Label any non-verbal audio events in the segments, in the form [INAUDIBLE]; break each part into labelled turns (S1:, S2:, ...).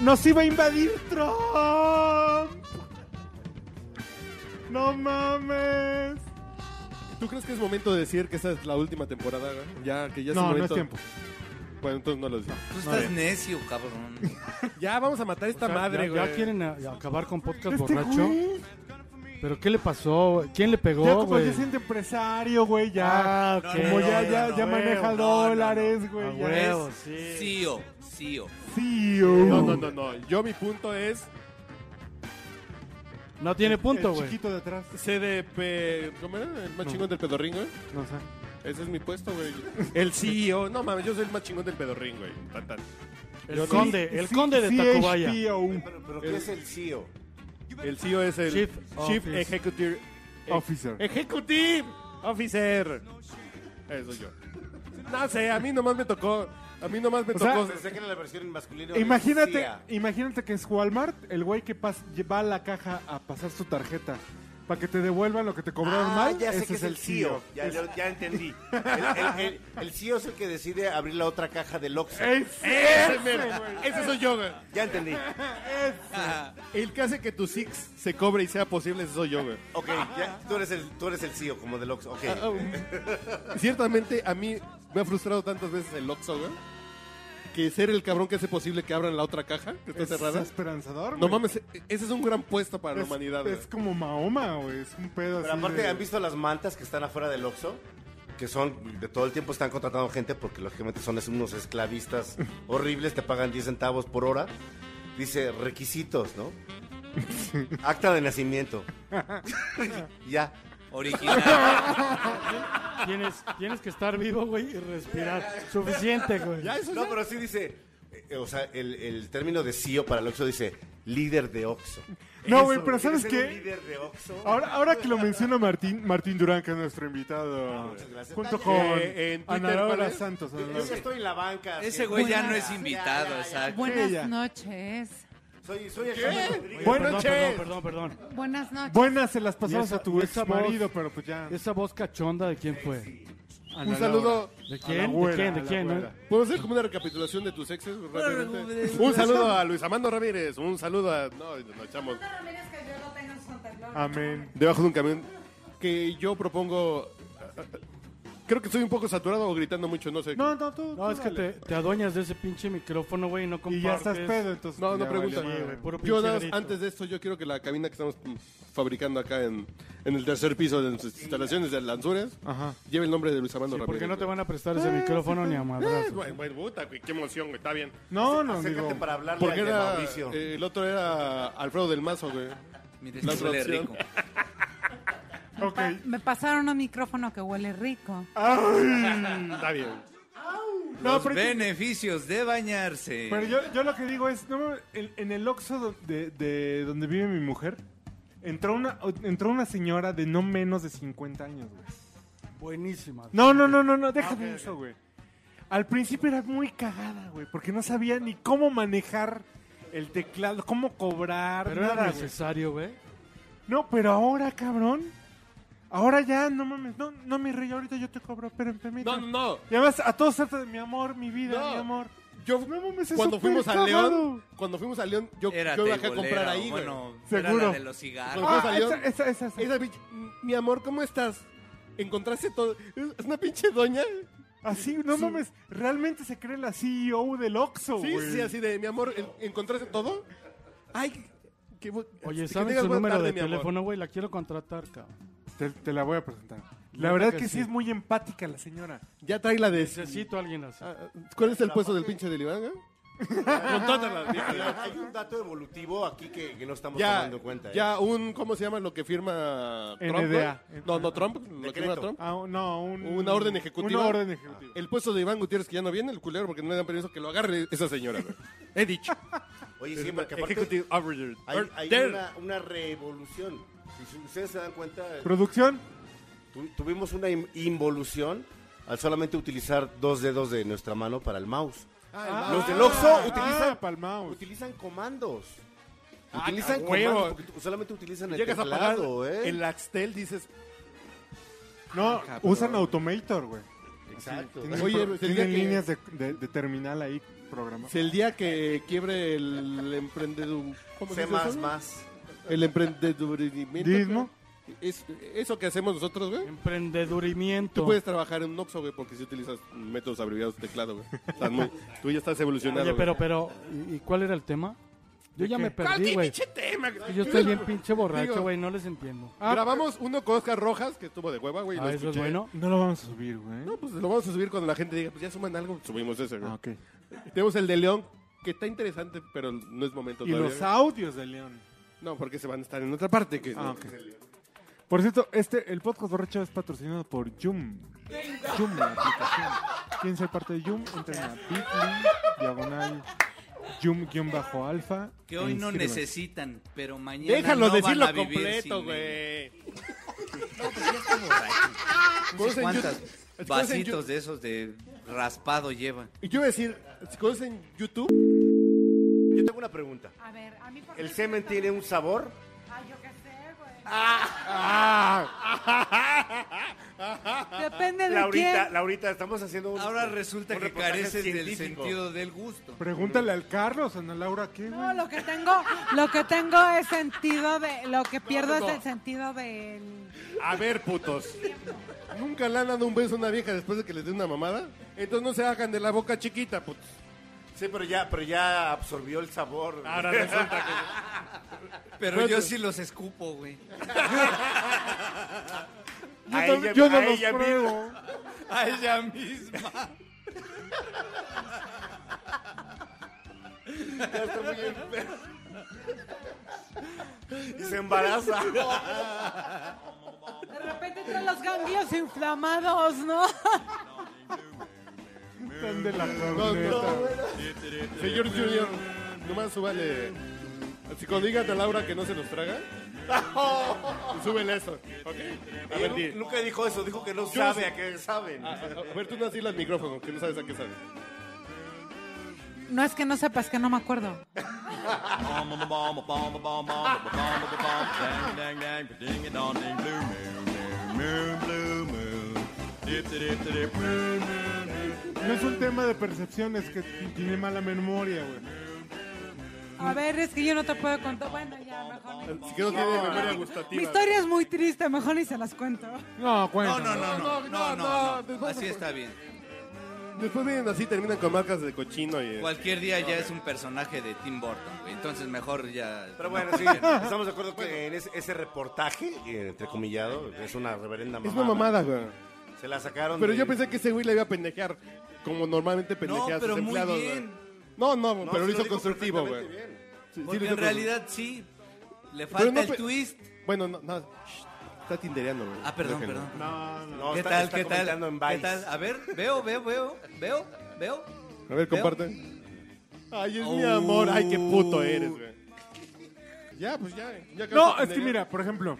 S1: Nos iba a invadir Trump. No mames.
S2: ¿Tú crees que es momento de decir que esta es la última temporada? güey? Ya, que ya es
S1: No, no es
S2: momento-
S1: tiempo.
S2: Bueno, entonces no lo digo.
S3: Tú
S1: No,
S3: Pues estás
S1: bien.
S3: necio, [LAUGHS] cabrón.
S2: Ya vamos a matar esta
S4: Ya-
S2: madre,
S4: ya,
S2: güey.
S4: ya quieren a- a acabar con podcast
S1: Este
S4: borracho.
S1: güey,
S4: ¿Pero qué le pasó? güey? ¿Quién le
S1: ya
S4: pegó,
S1: como
S4: güey?
S1: ya es empresario, güey, ya.
S4: Ah, ok.
S3: No,
S1: como ya,
S3: no,
S1: ya,
S3: no,
S1: ya
S3: no,
S1: maneja
S3: no, no,
S1: dólares, güey.
S4: A
S1: ya
S4: huevo,
S1: es E
S4: sí.
S3: CEO, CEO.
S1: CEO.
S2: No, no, no, no. Yo mi punto es
S4: No tiene punto,
S1: El
S4: güey.
S1: chiquito de atrás.
S2: CDP... ¿Cómo era? El más chingón del pedorrín, güey.
S4: No sé.
S2: Ese es mi puesto, güey. El CEO. No mames, yo soy el más chingón del pedorrín, güey. Tan, tan.
S4: El
S2: Yo no-
S4: conde,
S1: E
S4: el conde de
S1: CHPO.
S4: Tacubaya.
S1: E
S5: Pero, pero ¿qué es el E CEO?
S2: El CEO es el
S4: Chief
S2: Chief
S4: Office.
S2: Executive
S3: E
S1: Officer.
S2: Executive Officer. Eso yo. No sé, a mí nomás me tocó. A mí nomás me
S1: sea,
S2: tocó.
S5: Pensé Pues que era la versión en masculino. E de
S1: Imagínate,
S5: CIA.
S1: imagínate que es Walmart, el güey que pas- va a la caja a pasar su tarjeta para que te devuelvan lo que te cobraron
S5: Ah,
S1: mal.
S5: ya sé
S1: ese
S5: que es el
S1: E
S5: CEO. Ya, ya- ya [LAUGHS] entendí. El, el- el- el CEO es el que decide abrir la otra caja del Oxxo.
S2: ¡Ese, mero! ¡Ese soy yo, güey.
S5: Ya entendí.
S2: El que hace que tu Six se cobre y sea posible, ese soy yo, güey.
S5: Ok, ya, tú, eres el, tú eres el CEO como del Oxxo. Ok.
S2: Ciertamente, a mí me ha frustrado tantas veces el Oxxo, güey. Que ser el cabrón que hace posible que abran la otra caja, que está
S1: Es
S2: cerrada.
S1: esperanzador,
S2: No
S1: güey.
S2: mames, ese es un gran puesto para la
S1: Es,
S2: humanidad, güey.
S1: es como Mahoma, güey. Es un pedo
S5: Pero
S1: así
S5: aparte,
S1: de-
S5: ¿han visto las mantas que están afuera del Oxxo? Que son, de todo el tiempo están contratando gente porque lógicamente son es- unos [LAUGHS] esclavistas horribles, te pagan 10 centavos por hora. Dice, requisitos, [LAUGHS] ¿no? Acta de [LAUGHS] nacimiento. ya.
S3: Original.
S4: Tienes, tienes que estar vivo, güey, y respirar. Suficiente, güey.
S5: No, pero sí dice, eh, o sea, el, el término de CEO para el Oxxo dice líder de Oxxo.
S1: No, güey, pero ¿sabes
S5: ¿Quieres ser un
S1: qué?
S5: líder de Oxxo?
S1: Ahora, ahora que lo menciona Martín, Martín Durán, que es nuestro invitado.
S5: muchas gracias.
S1: Junto
S5: Eh,
S1: con
S2: en Twitter,
S1: Ana Laura
S2: ¿cuál es?
S1: Santos. Ana
S5: Yo
S1: Laura.
S5: ya estoy en la banca.
S3: [LAUGHS] Ese
S5: haciendo-
S3: güey ya no
S5: Buenas.
S3: es invitado,
S5: Ya, ya, ya.
S3: exacto.
S6: Buenas
S1: Ella.
S6: noches.
S5: Soy, soy Alejandro Rodríguez.
S4: Oye,
S1: Buenas
S4: perdón,
S1: noches.
S4: perdón, perdón, perdón.
S6: Buenas noches.
S1: Buenas se las pasamos
S4: Y esa-
S1: a tu
S4: y
S1: ex
S4: esa voz-
S1: marido, pero pues ya.
S4: ¿Esa voz cachonda de quién fue?
S1: Ana
S2: Un
S1: Laura.
S2: saludo.
S4: ¿De
S1: A la
S4: quién? ¿De
S1: güera,
S4: quién?
S1: a
S4: ¿De
S1: la
S4: quién?
S1: güera.
S4: eh?
S2: ¿Puedo hacer como una recapitulación de tus exes? rápidamente? Un saludo a Luis Amando Ramírez, un saludo a... No, nos echamos
S1: Amén.
S2: debajo de un camión. Que yo propongo... ah, Creo que estoy un poco saturado o gritando mucho, no sé.
S1: No, no, tú.
S4: No,
S1: tú
S4: es que
S1: dale.
S4: te, te adueñas de ese pinche micrófono, güey, y no compartes.
S1: Y ya estás pedo, entonces. pues
S2: No, no
S1: ya
S2: pregunta.
S1: valió madre.
S4: Sí, güey, puro
S2: yo nada más,
S4: pinche grito.
S2: antes de esto, yo quiero que la cabina que estamos mm, fabricando acá en, en el tercer piso de nuestras instalaciones de Lanzures
S1: Ajá.
S2: lleve el nombre de Luis Amando
S4: Sí,
S2: Ramírez.
S4: porque no te van a prestar ese micrófono ni a
S2: Eh,
S4: madrazo.
S2: bueno, bueno, puta, güey, qué emoción, güey, está bien.
S1: No, no,
S5: Acércate
S1: digo.
S5: para hablarle
S2: Porque
S5: al de
S2: era,
S5: Mauricio. [LAUGHS]
S2: eh, el otro era Alfredo del Mazo, güey.
S3: Mira,
S2: La
S3: este huele
S2: otra
S3: rico.
S2: opción.
S6: Me
S1: Ok.
S6: pa- Me pasaron un micrófono que huele rico.
S2: Está bien.
S1: No,
S3: Los
S1: pero,
S3: beneficios de bañarse.
S1: pero yo, yo lo que digo es, no, en, en el Oxxo do- de, de donde vive mi mujer, entró una, entró una señora de no menos de 50 años, güey.
S4: Buenísima.
S1: No, no, no, no, no, déjame eso, güey. Al principio era muy cagada, güey, porque no sabía ni cómo manejar el teclado, cómo cobrar,
S4: Pero
S1: nada,
S4: era
S1: güey.
S4: necesario, güey.
S1: No, pero ahora, cabrón. Ahora ya, no mames, no, no mi rey, ahorita yo te cobro, pero
S2: No, no, no.
S1: Y además a todos trata de mi amor, mi vida,
S2: No.
S1: mi amor.
S2: Yo,
S1: No mames, es
S2: cuando
S1: súper
S2: fuimos a
S1: cagado.
S2: León, cuando fuimos a León, yo,
S3: Era
S2: yo bajé a
S3: teibolera,
S2: comprar ahí,
S3: o
S2: güey.
S3: Bueno, Era
S1: Seguro.
S3: la de los cigarros.
S2: Fuimos
S1: Ah,
S2: a León.
S1: esa, esa, esa, esa.
S2: Esa pinche- mi amor, ¿cómo estás? ¿Encontraste todo? ¿Es una pinche doña?
S1: Así, no mames, realmente se cree la CEO del Oxxo,
S2: Sí,
S1: güey.
S2: sí, así de, mi amor, ¿en- ¿encontraste todo? Ay, que...
S4: Oye, ¿sabes su número de teléfono, güey? La quiero contratar, cabrón.
S1: Te, te la voy a presentar. La
S4: Neta
S1: verdad
S4: que
S1: que sí
S4: sí.
S1: es muy empática la señora.
S2: Ya trae la de...
S4: Necesito a alguien así.
S2: Ah, ¿Cuál es el puesto del pinche de Libán, Contátala.
S5: Hay- Hay un dato evolutivo aquí que, que no estamos
S2: Ya,
S5: tomando en cuenta. ¿eh?
S2: ya un, ¿cómo se llama lo que firma Trump?
S1: NDA.
S2: güey? No, no, Trump. Lo que firma
S5: Decreto.
S2: Trump.
S1: Ah, no, un-
S2: Una orden ejecutiva.
S1: Una orden ejecutiva.
S2: El puesto de Iván Gutiérrez que ya no viene, el culero, porque no le dan permiso que lo agarre esa señora, güey. He dicho.
S5: Oye, sí, porque aparte
S2: Executive Officer.
S5: hay, hay
S2: There.
S5: una, una revolución. Si su- ustedes se dan cuenta,
S1: Producción.
S5: tu- tuvimos una im- involución al solamente utilizar dos dedos de nuestra mano para el mouse.
S2: Ah,
S5: Los del Oxxo utilizan-
S1: Ah, palmaos.
S5: Utilizan comandos.
S2: [LAUGHS] Ah,
S5: utilizan
S2: a huevo.
S5: comandos porque solamente utilizan el
S2: Llegas a pagar
S5: teclado, ¿eh?
S2: el Axtel, dices,
S1: No, usan Automator, güey.
S5: Exacto.
S1: Tienen,
S2: Ah, Oye,
S1: pro-
S2: pues, el
S1: tienen
S2: día que-
S1: líneas de, de- de terminal ahí programadas.
S2: si el día que quiebre el emprendedor... ¿cómo se
S5: C++.
S2: dice eso? El emprendedurismo.
S1: Dismo.
S2: Es, eso que hacemos nosotros, güey. Tú
S4: Emprendedurimiento.
S2: puedes trabajar en un Oxxo, güey, porque si utilizas métodos abreviados de teclado, güey. O sea, no- tú ya estás evolucionado.
S4: Oye,
S2: güey.
S4: pero, pero, ¿y y cuál era el tema? Yo ya me
S2: ¿Cuál
S4: perdí, güey.
S2: pinche tema?
S4: Yo estoy bien pinche
S2: Digo-
S4: borracho, güey, no les entiendo.
S2: Ah, Grabamos uno con Oscar Rojas, que estuvo de hueva, güey. lo
S4: Ah, eso es
S2: escuché.
S4: bueno.
S1: No lo vamos a subir, güey.
S2: No, pues lo vamos a subir cuando la gente diga, pues ya suman algo. Subimos ese, güey.
S1: Ah, ok.
S2: Tenemos el de León, que está interesante, pero no es momento
S1: Y
S2: todavía.
S1: los audios de León.
S2: No, porque se van a estar en otra parte. Que
S1: Ah, ok. Por cierto, este, el podcast borracho es patrocinado por Yum. Yum, la aplicación. Quieren ser parte de Yum, entren a bit.ly, diagonal, yum-alfa.
S3: Que hoy
S1: e
S3: no
S1: inscríbanse.
S3: necesitan, pero mañana
S2: Déjalo
S3: no
S2: decirlo
S3: van a vivir
S2: completo,
S3: sin él.
S2: güey.
S3: No, pues ya está borracho. No
S2: Cosas
S3: sé
S2: en YouTube.
S3: cuántas
S2: Cosas en
S3: vasitos de esos de raspado llevan.
S2: Y Yo iba a decir, si conoces en YouTube,
S5: Yo tengo una pregunta.
S6: A ver, a mí por
S5: ¿El
S6: qué
S5: semen
S6: me-
S5: tiene un sabor?
S6: Ah, yo qué sé, güey.
S3: Ah.
S6: Depende de
S5: Laurita,
S6: quién.
S5: Laurita, estamos haciendo un.
S3: Ahora resulta
S5: un
S3: que
S5: reportaje
S3: careces del
S5: científico.
S3: sentido del gusto.
S1: Pregúntale al Carlos, Ana Laura, ¿qué,
S6: No,
S1: güey?
S6: lo que tengo, lo que tengo es sentido de, lo que pierdo
S2: no.
S6: es el sentido del.
S2: a ver, putos. Nunca le han dado un beso a una vieja después de que les dé una mamada. Entonces no se hagan de la boca chiquita, putos.
S5: Sí, pero ya, pero ya absorbió el sabor.
S2: Ahora resulta que.
S3: Pero yo sí los escupo, güey.
S1: Yo,
S5: a
S1: no-
S5: ella-
S1: yo no
S5: a
S1: los
S5: ella
S1: pruebo.
S3: A ella misma.
S5: Y se embaraza.
S6: De repente todos los ganglios inflamados, ¿no?
S1: Están de la
S2: No,
S1: corneta.
S2: no, Señor Junior, nomás súbale. Si cuando digas a Laura que no se los traga, súbele eso. ¿ok? A ver,
S5: Ella
S2: di.
S5: nu- [LAUGHS] nunca dijo eso, dijo que no
S2: Yo no
S5: sabe
S2: sé. Ah.
S5: a qué saben.
S2: A, a- a ver, tú no así al micrófono, que no sabes a qué sabe.
S6: No es que no sepas, que no me acuerdo.
S1: No es un tema de percepción, es que t- tiene mala memoria, güey.
S6: A ver, es que yo no te puedo contar. Bueno, ya, mejor ni.
S2: Si que no tiene memoria gustativa.
S6: Mi historia es muy triste, mejor ni se las cuento.
S1: No, bueno.
S3: No,
S2: no,
S3: no, no, no, no,
S2: no,
S3: no, no.
S2: después-
S3: Así está bien.
S2: Después vienen así, terminan con marcas de cochino y. eh,
S3: Cualquier día ya es un personaje de Tim Burton, güey. Entonces mejor ya.
S2: [LAUGHS]
S5: Pero bueno, sí, estamos de acuerdo que en ese, ese reportaje, eh, entrecomillado, es una reverenda
S2: Es
S5: mamada.
S2: una mamada, güey.
S5: Se la sacaron.
S2: Pero
S5: de-
S2: yo pensé que ese güey le iba a pendejear como normalmente pendejea a sus
S3: pero muy
S2: empleados, güey.
S3: bien.
S2: No, no,
S5: No,
S2: pero lo
S5: sí
S2: hizo
S5: dijo
S2: constructivo, güey.
S5: perfectamente bien.
S2: Sí, sí lo
S3: Porque
S2: hizo
S3: en
S2: constru-
S3: realidad sí. Le
S2: Pero
S3: falta
S2: no
S3: el
S2: pe-
S3: twist.
S2: Bueno, no, no. shh, Está tindereando, güey.
S3: Ah, perdón,
S2: Déjenlo.
S3: perdón.
S5: No,
S3: ¿Qué
S5: está-
S3: tal,
S5: está
S3: qué tal?
S5: comentando en
S3: ¿Qué
S5: Vice.
S3: tal? A ver, veo, veo, veo, veo, veo.
S2: A ver,
S3: Veo.
S2: comparte. Ay, es mi
S3: Oh.
S2: amor. Ay, qué puto eres, güey. Ya, pues ya. ya
S1: No,
S2: acabas de
S1: es que
S2: tener-
S1: mira, por ejemplo,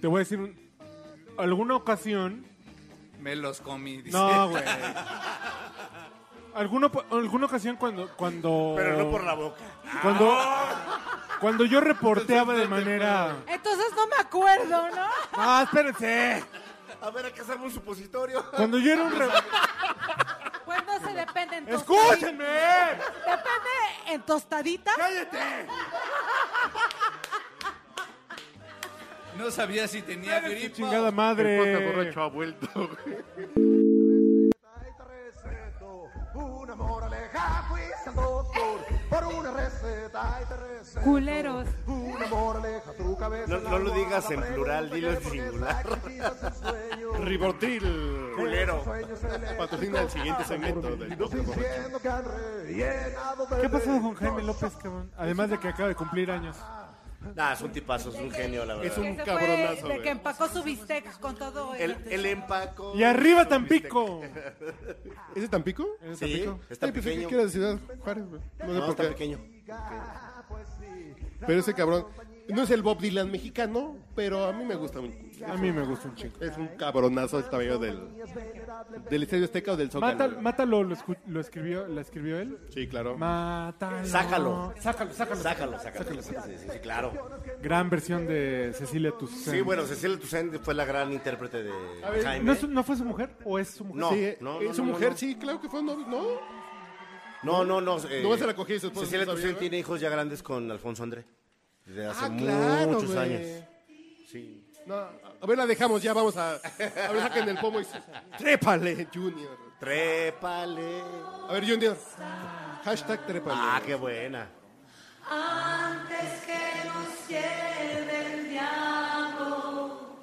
S1: te voy a decir un- alguna ocasión.
S3: Me los comí, dice.
S1: No, güey. Alguna, po- alguna ocasión cuando, cuando.
S5: Pero no por Ah. la
S2: [LAUGHS]
S5: boca.
S1: Cuando, cuando yo reporteaba de manera.
S6: Entonces no me acuerdo, ¿no?
S1: ¡Ah, espérense!
S5: A ver, acá sabe un supositorio.
S1: Cuando yo era un. re-
S6: Pues no se depende en tostadita.
S1: ¡Escúchenme!
S6: Depende en tostadita.
S1: ¡Cállate!
S3: [LAUGHS] No sabía si tenía gripa.
S1: ¡Chingada
S2: El
S1: madre!
S2: borracho ha vuelto, güey.
S7: Una moraleja fuiste al doctor por una receta y te recetó.
S6: Culeros.
S7: Una moraleja, tu cabeza.
S5: No- no lo digas en plural, dilo en singular.
S2: Ribotril.
S5: Culero.
S2: Patrocina el siguiente segmento. del Doctor Borracho.
S1: ¿Qué pasó con Jaime López, cabrón? Además de que acaba de cumplir años.
S5: Nah, es un tipazo, es un genio, la verdad.
S2: Es un
S6: Ese fue
S2: cabronazo,
S6: De que
S2: güey.
S6: empacó su bistec con todo. este,
S5: El, el empaco.
S1: ¡Y arriba Tampico!
S2: ¿Es de Tampico?
S5: Sí, está
S2: Ay, pensé que
S5: pequeño.
S2: era de Ciudad Juárez, güey. No sé
S5: No,
S2: por
S5: está
S2: qué.
S5: pequeño.
S2: Pero ese cabrón. No es el Bob Dylan mexicano, pero a mí me gusta un-
S1: A mí me gusta un chico.
S2: Es un cabronazo el tamaño del, del Estadio Azteca o del Zócalo.
S1: Mátalo, mátalo lo, escu- lo escribió, ¿la escribió él?
S2: Sí, claro.
S1: Mátalo.
S5: Sácalo.
S1: Sácalo, sácalo.
S5: Sácalo, sácalo. Sí, sí, sí, claro.
S1: Gran versión de Cecilia Toussaint.
S5: Sí, bueno, Cecilia Toussaint fue la gran intérprete de
S2: ver,
S5: Jaime.
S1: ¿No, es- no fue su mujer o es su mujer?
S5: No,
S2: Sí,
S5: no,
S2: eh,
S5: no,
S2: su
S5: no,
S2: mujer,
S5: no.
S2: sí, claro que fue novio, ¿no?
S5: No, no, no. eh,
S2: Nomás se la cogí y su esposa
S5: Cecilia
S2: no sabía,
S5: Toussaint
S2: ¿verdad?
S5: tiene hijos ya grandes con Alfonso André. Desde hace muchos
S2: Ah, güey.
S5: años. Sí.
S2: No, a ver, la dejamos ya, vamos a... A ver, saquen el pomo y... Trépale, Junior.
S5: Trépale.
S2: A ver, Junior. Hashtag trépale.
S5: Ah, qué buena.
S8: Antes que nos lleve el diablo.